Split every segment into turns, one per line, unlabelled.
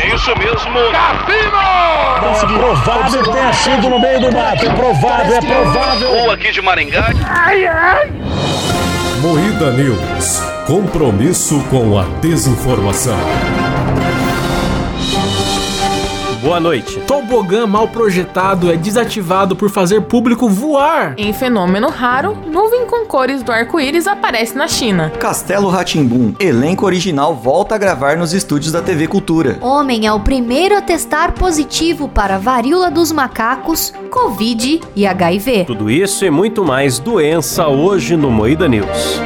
É isso mesmo. Cassino!
Conseguiu. Provável tenha sido no meio do mato. É provável, é provável.
Ou aqui de Maringá.
Moída News. Compromisso com a desinformação.
Boa noite.
Tobogã mal projetado é desativado por fazer público voar.
Em fenômeno raro, nuvem com cores do arco-íris aparece na China.
Castelo Ratimbum, elenco original volta a gravar nos estúdios da TV Cultura.
Homem é o primeiro a testar positivo para varíola dos macacos, Covid e HIV.
Tudo isso e muito mais doença hoje no Moída News.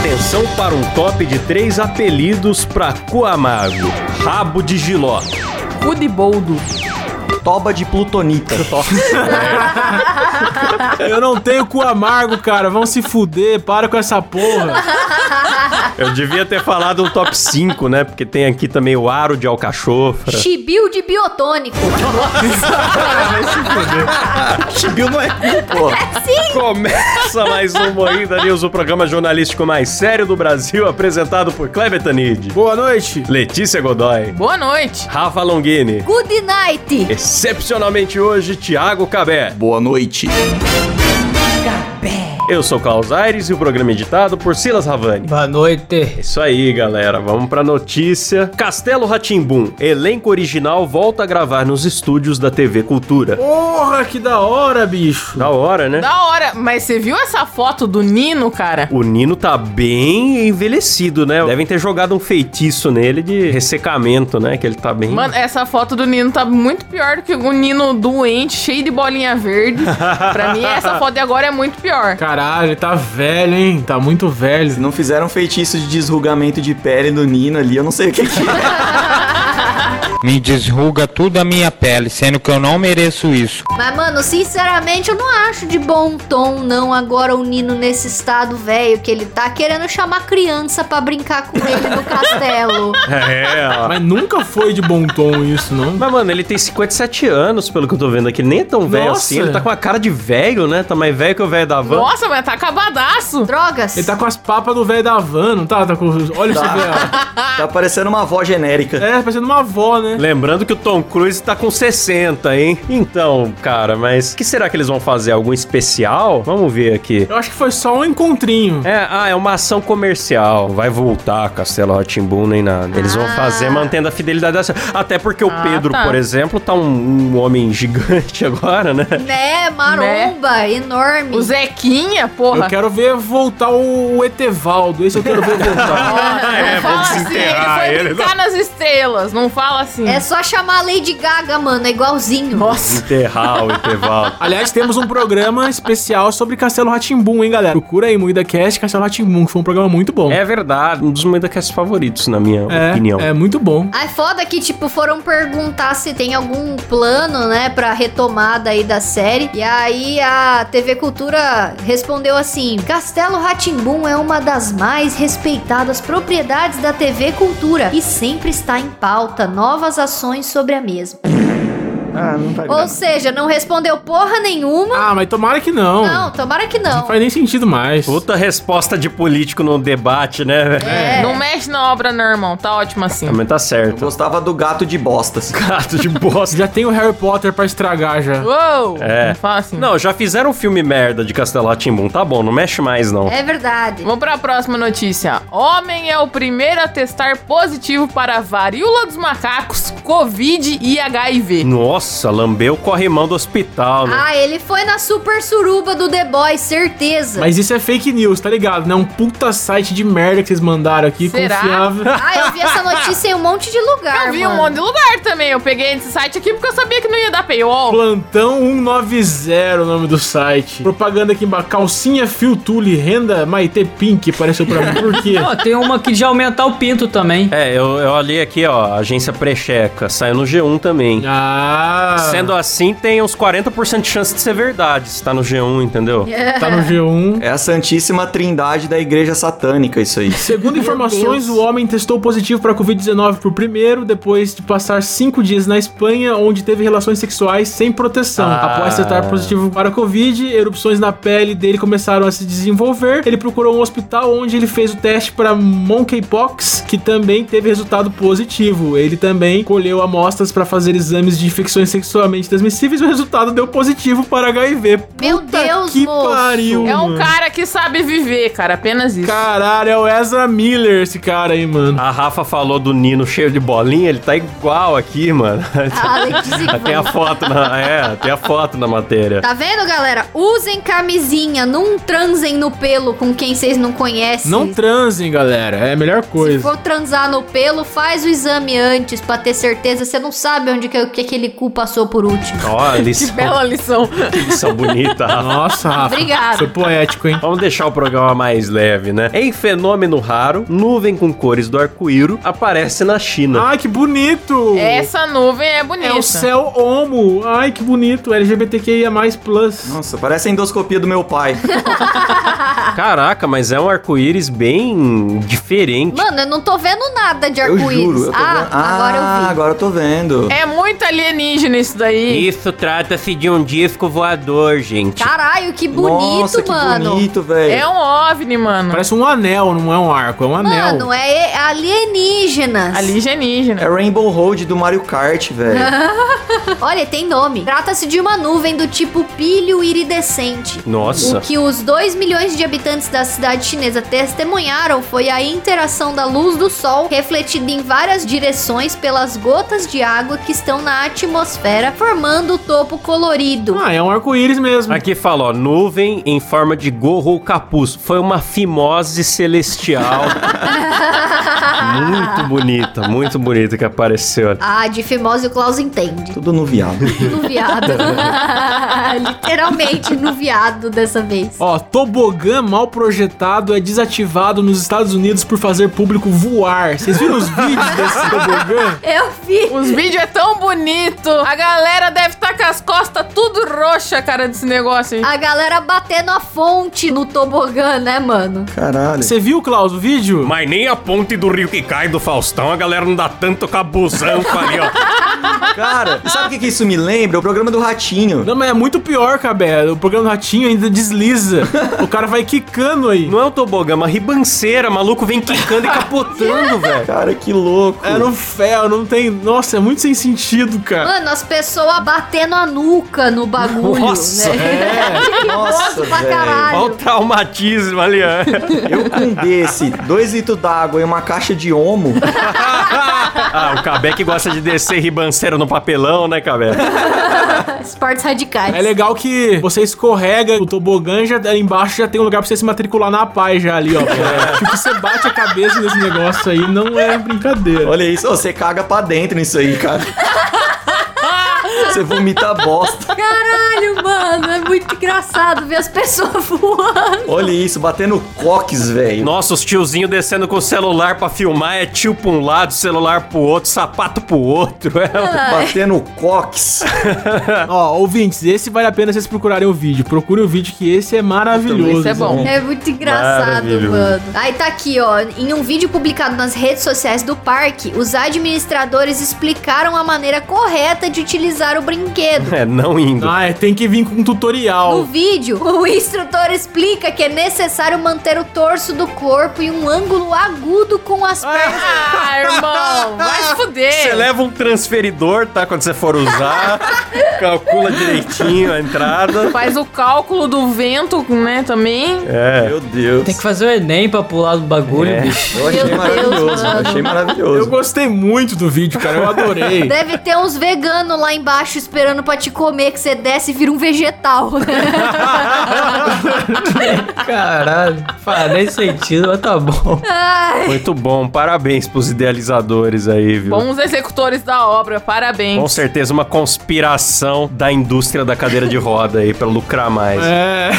Atenção para um top de três apelidos para Coamago. Rabo de Giló.
Rudiboldo.
Toba de Plutonita.
Eu não tenho cu amargo, cara. Vão se fuder. Para com essa porra.
Eu devia ter falado um top 5, né? Porque tem aqui também o aro de alcachofra.
Chibiu de biotônico.
Chibiu não é pô. Começa mais um Moída News, o programa jornalístico mais sério do Brasil, apresentado por Kleber Tanid,
Boa noite.
Letícia Godoy,
Boa noite.
Rafa Longini,
Good night.
excepcionalmente hoje, Thiago Cabé.
Boa noite.
Eu sou Klaus Aires e o programa é editado por Silas Ravani.
Boa noite.
Isso aí, galera. Vamos pra notícia. Castelo Ratimbum, elenco original volta a gravar nos estúdios da TV Cultura.
Porra, que da hora, bicho.
Da hora, né?
Da hora. Mas você viu essa foto do Nino, cara?
O Nino tá bem envelhecido, né? Devem ter jogado um feitiço nele de ressecamento, né? Que ele tá bem.
Mano, essa foto do Nino tá muito pior do que o Nino doente, cheio de bolinha verde. pra mim, essa foto de agora é muito pior.
Caralho, ele tá velho, hein? Tá muito velho.
Se não fizeram feitiço de desrugamento de pele do Nino ali, eu não sei o que, que é.
Me desruga tudo a minha pele, sendo que eu não mereço isso.
Mas, mano, sinceramente, eu não acho de bom tom, não, agora o Nino nesse estado velho que ele tá querendo chamar criança pra brincar com ele no castelo.
É, ó.
Mas nunca foi de bom tom isso, não.
Mas, mano, ele tem 57 anos, pelo que eu tô vendo aqui. Ele nem é tão velho
Nossa.
assim. Ele tá com a cara de velho, né? Tá mais velho que o velho da van.
Nossa, mas tá acabadaço.
Drogas.
Ele tá com as papas do velho da van, não tá? Tá com. Olha pra você ver, ó.
Tá parecendo uma avó genérica.
É, parecendo uma avó, né?
Lembrando que o Tom Cruise tá com 60, hein? Então, cara, mas o que será que eles vão fazer? Algum especial? Vamos ver aqui.
Eu acho que foi só um encontrinho.
É, ah, é uma ação comercial. Vai voltar Castelo Ratimbun nem nada. Eles vão
Ah.
fazer mantendo a fidelidade dessa. Até porque o
Ah,
Pedro,
tá.
por exemplo, tá um, um homem gigante agora, né?
Né, maromba, enorme.
O Zequinha, porra.
Eu quero ver voltar o Etevaldo. Esse eu quero ver voltar.
Nossa,
É,
não fala
vamos
assim, ele
enterrar
foi
ele,
brincar nas estrelas, não fala assim.
É só chamar a Lady Gaga, mano, é igualzinho.
Nossa,
Enterrar o intervalo.
Aliás, temos um programa especial sobre Castelo Ratimbum, hein, galera? Procura aí Moída Cast Castelo Ratimbum, que foi um programa muito bom.
É verdade, um dos meus favoritos, na minha opinião.
é muito bom.
Aí foda que, tipo, foram perguntar se tem algum plano, né, pra retomada aí da série. E aí a TV Cultura respondeu assim: Castelo Ratimbum é uma das mais respeitadas propriedades da TV Cultura e sempre está em pauta novas ações sobre a mesma.
É
Ah, não vai
Ou seja, não respondeu porra nenhuma.
Ah, mas tomara que não.
Não, tomara que
Não
não.
faz nem sentido mais.
Outra resposta de político no debate, né? velho?
É.
não mexe na obra, não, irmão. Tá ótimo assim.
Também tá
Eu
certo.
gostava do gato de bostas.
Gato de bosta.
Já tem o Harry Potter pra estragar já.
Uou!
É.
Não fala
Hum.
assim.
Não, já fizeram um filme merda de Castelo Rá-Tim-Bum. Tá bom, não mexe mais, não.
É verdade.
Vamos pra próxima notícia. Homem é o primeiro a testar positivo para varíola dos macacos, Covid e HIV.
Nossa, lambeu o corrimão do hospital, né?
Ah, ele foi na super suruba do The Boys, certeza.
Mas isso é fake news, tá ligado? Não é um puta site de merda que vocês mandaram aqui,
Será?
confiável.
Ah, eu vi essa notícia em um monte de lugar,
Eu vi um
mano.
monte de lugar também. Eu peguei esse site aqui porque eu sabia que não ia dar paywall.
Plantão 190, é o nome do site. Propaganda aqui embaixo. Calcinha Fio Tule, renda Maite Pink, apareceu pra mim. Por quê?
Ó, tem uma que de aumentar o pinto também.
É, eu, eu olhei aqui, ó, agência Precheck. Rebeca saiu no G1 também.
Ah.
Sendo assim, tem uns 40% de chance de ser verdade se tá no G1, entendeu?
Tá no G1.
É a Santíssima Trindade da Igreja Satânica, isso aí.
Segundo informações,
Deus.
o homem testou positivo para Covid-19 por primeiro, depois de passar cinco dias na Espanha, onde teve relações sexuais sem proteção.
Ah.
Após testar positivo para Covid, erupções na pele dele começaram a se desenvolver. Ele procurou um hospital onde ele fez o teste para monkeypox, que também teve resultado positivo. Ele também colheu amostras para fazer exames de infecções sexualmente transmissíveis e o resultado deu positivo para HIV.
Meu
Puta
Deus,
que
moço.
pariu,
É um
mano.
cara que sabe viver, cara. Apenas isso.
Caralho, é o Ezra Miller esse cara aí, mano.
A Rafa falou do Nino cheio de bolinha, ele tá igual aqui, mano.
Alex Zigman.
tem a foto na, é, tem a foto na matéria.
Tá vendo, galera? Usem camisinha, não transem no pelo com quem vocês não conhecem.
Não transem, galera. É a melhor
Se
coisa.
for transar no pelo, faz o exame antes pra ter certeza. Você não sabe onde que, que aquele cu passou por último.
Olha,
Que
lição,
bela lição.
que lição bonita, Rafa.
Nossa, Rafa.
Obrigada.
Foi poético, hein?
Vamos deixar o programa mais leve, né? Em fenômeno raro, nuvem com cores do arco-íro aparece na China.
Ai, que bonito!
Essa nuvem é
É
bonita.
o céu homo. Ai, que bonito. LGBTQIA+.
Nossa, parece a endoscopia do meu pai.
Ah.
Caraca, mas é um arco-íris bem diferente.
Mano, eu não tô vendo nada de
Eu
arco-íris.
juro. eu tô
ah,
vendo- Ah,
agora eu vi.
agora eu tô vendo.
É muito alienígena isso daí.
Isso trata-se de um disco voador, gente.
Caralho, que bonito,
Nossa, que
mano.
bonito, velho.
É um OVNI, mano.
Parece um anel, não é um arco, é um anel.
Mano, é e-
um
alienígenas.
É
Alienígena.
Rainbow Road do Mario Kart, velho.
Olha, tem nome. Trata-se de uma nuvem do tipo pilho iridescente.
Nossa.
O que os 2 milhões de habitantes da cidade chinesa testemunharam foi a interação da luz do sol refletida em várias direções pelas gotas de água que estão na atmosfera, formando o topo colorido.
Ah, é um arco-íris mesmo.
Aqui fala, ó, nuvem em forma de gorro ou capuz. Foi uma fimose celestial. muito bonita, muito bonita que apareceu.
Ah, de Fimose o Klaus entende.
Tudo nuviado.
Tudo viado. Literalmente no viado dessa vez.
Ó, tobogã mal projetado é desativado nos Estados Unidos por fazer público voar. Vocês viram os vídeos desse tobogã?
Eu vi.
Os vídeos é tão bonito. A galera deve estar com as costas tudo roxa, cara, desse negócio, hein?
A galera batendo a fonte no tobogã, né, mano?
Caralho.
Você viu, Klaus, o vídeo?
Mas nem a ponte do rio que cai do Faustão, a galera não dá tanto cabuzão ali, ó.
Cara, e sabe o que, que isso me lembra? O programa do Ratinho.
Não, mas é muito pior, Cabé. O programa do Ratinho ainda desliza. o cara vai quicando aí.
Não é um tobogã, é uma ribanceira. Maluco vem quicando e capotando, velho.
Cara, que louco.
É no ferro, não tem. Nossa, é muito sem sentido, cara.
Mano, as pessoas batendo a nuca no bagulho,
Nossa,
né?
Nossa,
pra
velho.
caralho.
Olha o traumatismo ali, ó.
Eu com um desse, dois litros d'água e uma caixa de homo.
Ah, o Cabé que gosta de descer ribanceira no papelão, né, Cabé?
Esportes radicais.
É legal que você escorrega o tobogã já ali embaixo já tem um lugar pra você se matricular na paz já ali, ó. Tipo, você bate a cabeça nesse negócio aí, não é brincadeira.
Olha isso. Ô, Você caga pra dentro nisso aí, cara. Você vomita bosta.
Caralho, mano, é muito engraçado ver as pessoas voando.
Olha isso, batendo coques, velho.
Nossa, os tiozinhos descendo com o celular pra filmar. É tio pra um lado, celular pro outro, sapato pro outro. É.
Batendo coques.
Ó, ouvintes, esse vale a pena vocês procurarem o vídeo. Procure o vídeo que esse é maravilhoso.
Esse é bom.
É muito engraçado,
Maravilhoso.
mano. Aí tá aqui, ó. Em um vídeo publicado nas redes sociais do parque, os administradores explicaram a maneira correta de utilizar o brinquedo.
É, não indo.
Ah, é, tem que vir com um
No
tutorial.
vídeo, o instrutor explica que é necessário manter o torso do corpo em um ângulo agudo com as pernas.
Ah, irmão, vai se
Você
fuder.
leva um transferidor, tá? Quando você for usar, calcula direitinho a entrada.
Faz o cálculo do vento, né, também.
É.
Meu Deus.
Tem que fazer o Enem pra pular do bagulho,
É.
bicho.
Eu achei
Meu Deus,
maravilhoso, eu
mano.
achei
Eu
maravilhoso.
gostei muito do vídeo, cara. Eu adorei.
Deve ter uns veganos lá embaixo macho esperando pra te comer, que você desce e vira um vegetal.
Caralho, faz nem sentido, mas tá bom.
Ai,
Muito bom, parabéns pros idealizadores aí, viu?
Bons executores da obra, parabéns.
Com certeza uma conspiração da indústria da cadeira de roda aí pra lucrar mais.
É.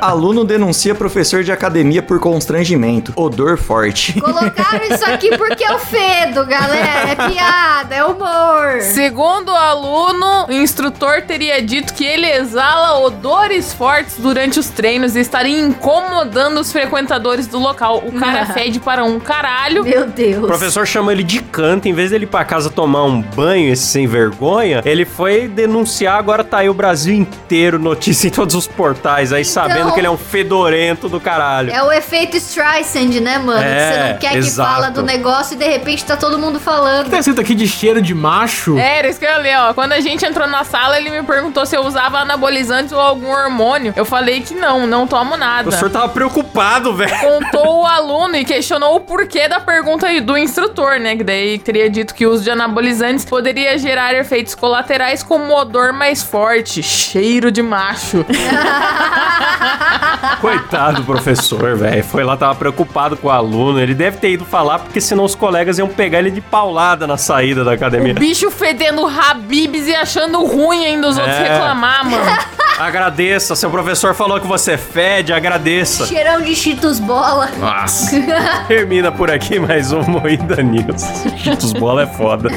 Aluno denuncia professor de academia por constrangimento. Odor forte.
colocaram isso aqui porque eu fedo, galera. É piada, é humor.
Segundo o aluno, o instrutor teria dito que ele exala odores fortes durante os treinos e estaria incomodando os frequentadores do local. O cara fede para um caralho.
Meu Deus.
O professor chama ele de canto, em vez dele ir pra casa tomar um banho, esse sem vergonha, ele foi denunciar, agora tá aí o Brasil inteiro, notícia em todos os portais, aí sabendo que ele é um fedorento do caralho.
É o efeito Streisand, né, mano?
É,
que você não quer que
exato.
fala do negócio e de repente tá todo mundo
O que tá
falando.
escrito aqui de cheiro de macho?
É, era isso que eu li, ó. Quando a gente entrou na sala, ele me perguntou se eu usava anabolizantes ou algum hormônio. Eu falei que não, não tomo
O senhor
nada.
tava preocupado, velho.
Contou o aluno e questionou o porquê da pergunta aí do instrutor, né? Que daí teria dito que o uso de anabolizantes poderia gerar efeitos colaterais como odor mais forte, cheiro de macho.
Coitado do professor, velho. Foi lá, tava preocupado com o aluno. Ele deve ter ido falar, porque senão os colegas iam pegar ele de paulada na saída da academia.
Bicho fedendo rabibes e achando ruim ainda os outros
É.
reclamar, mano.
agradeça, seu professor falou que você fede, agradeça.
Cheirão de Cheetos bola.
Nossa. Termina por aqui mais um Moída News. Os bola é foda.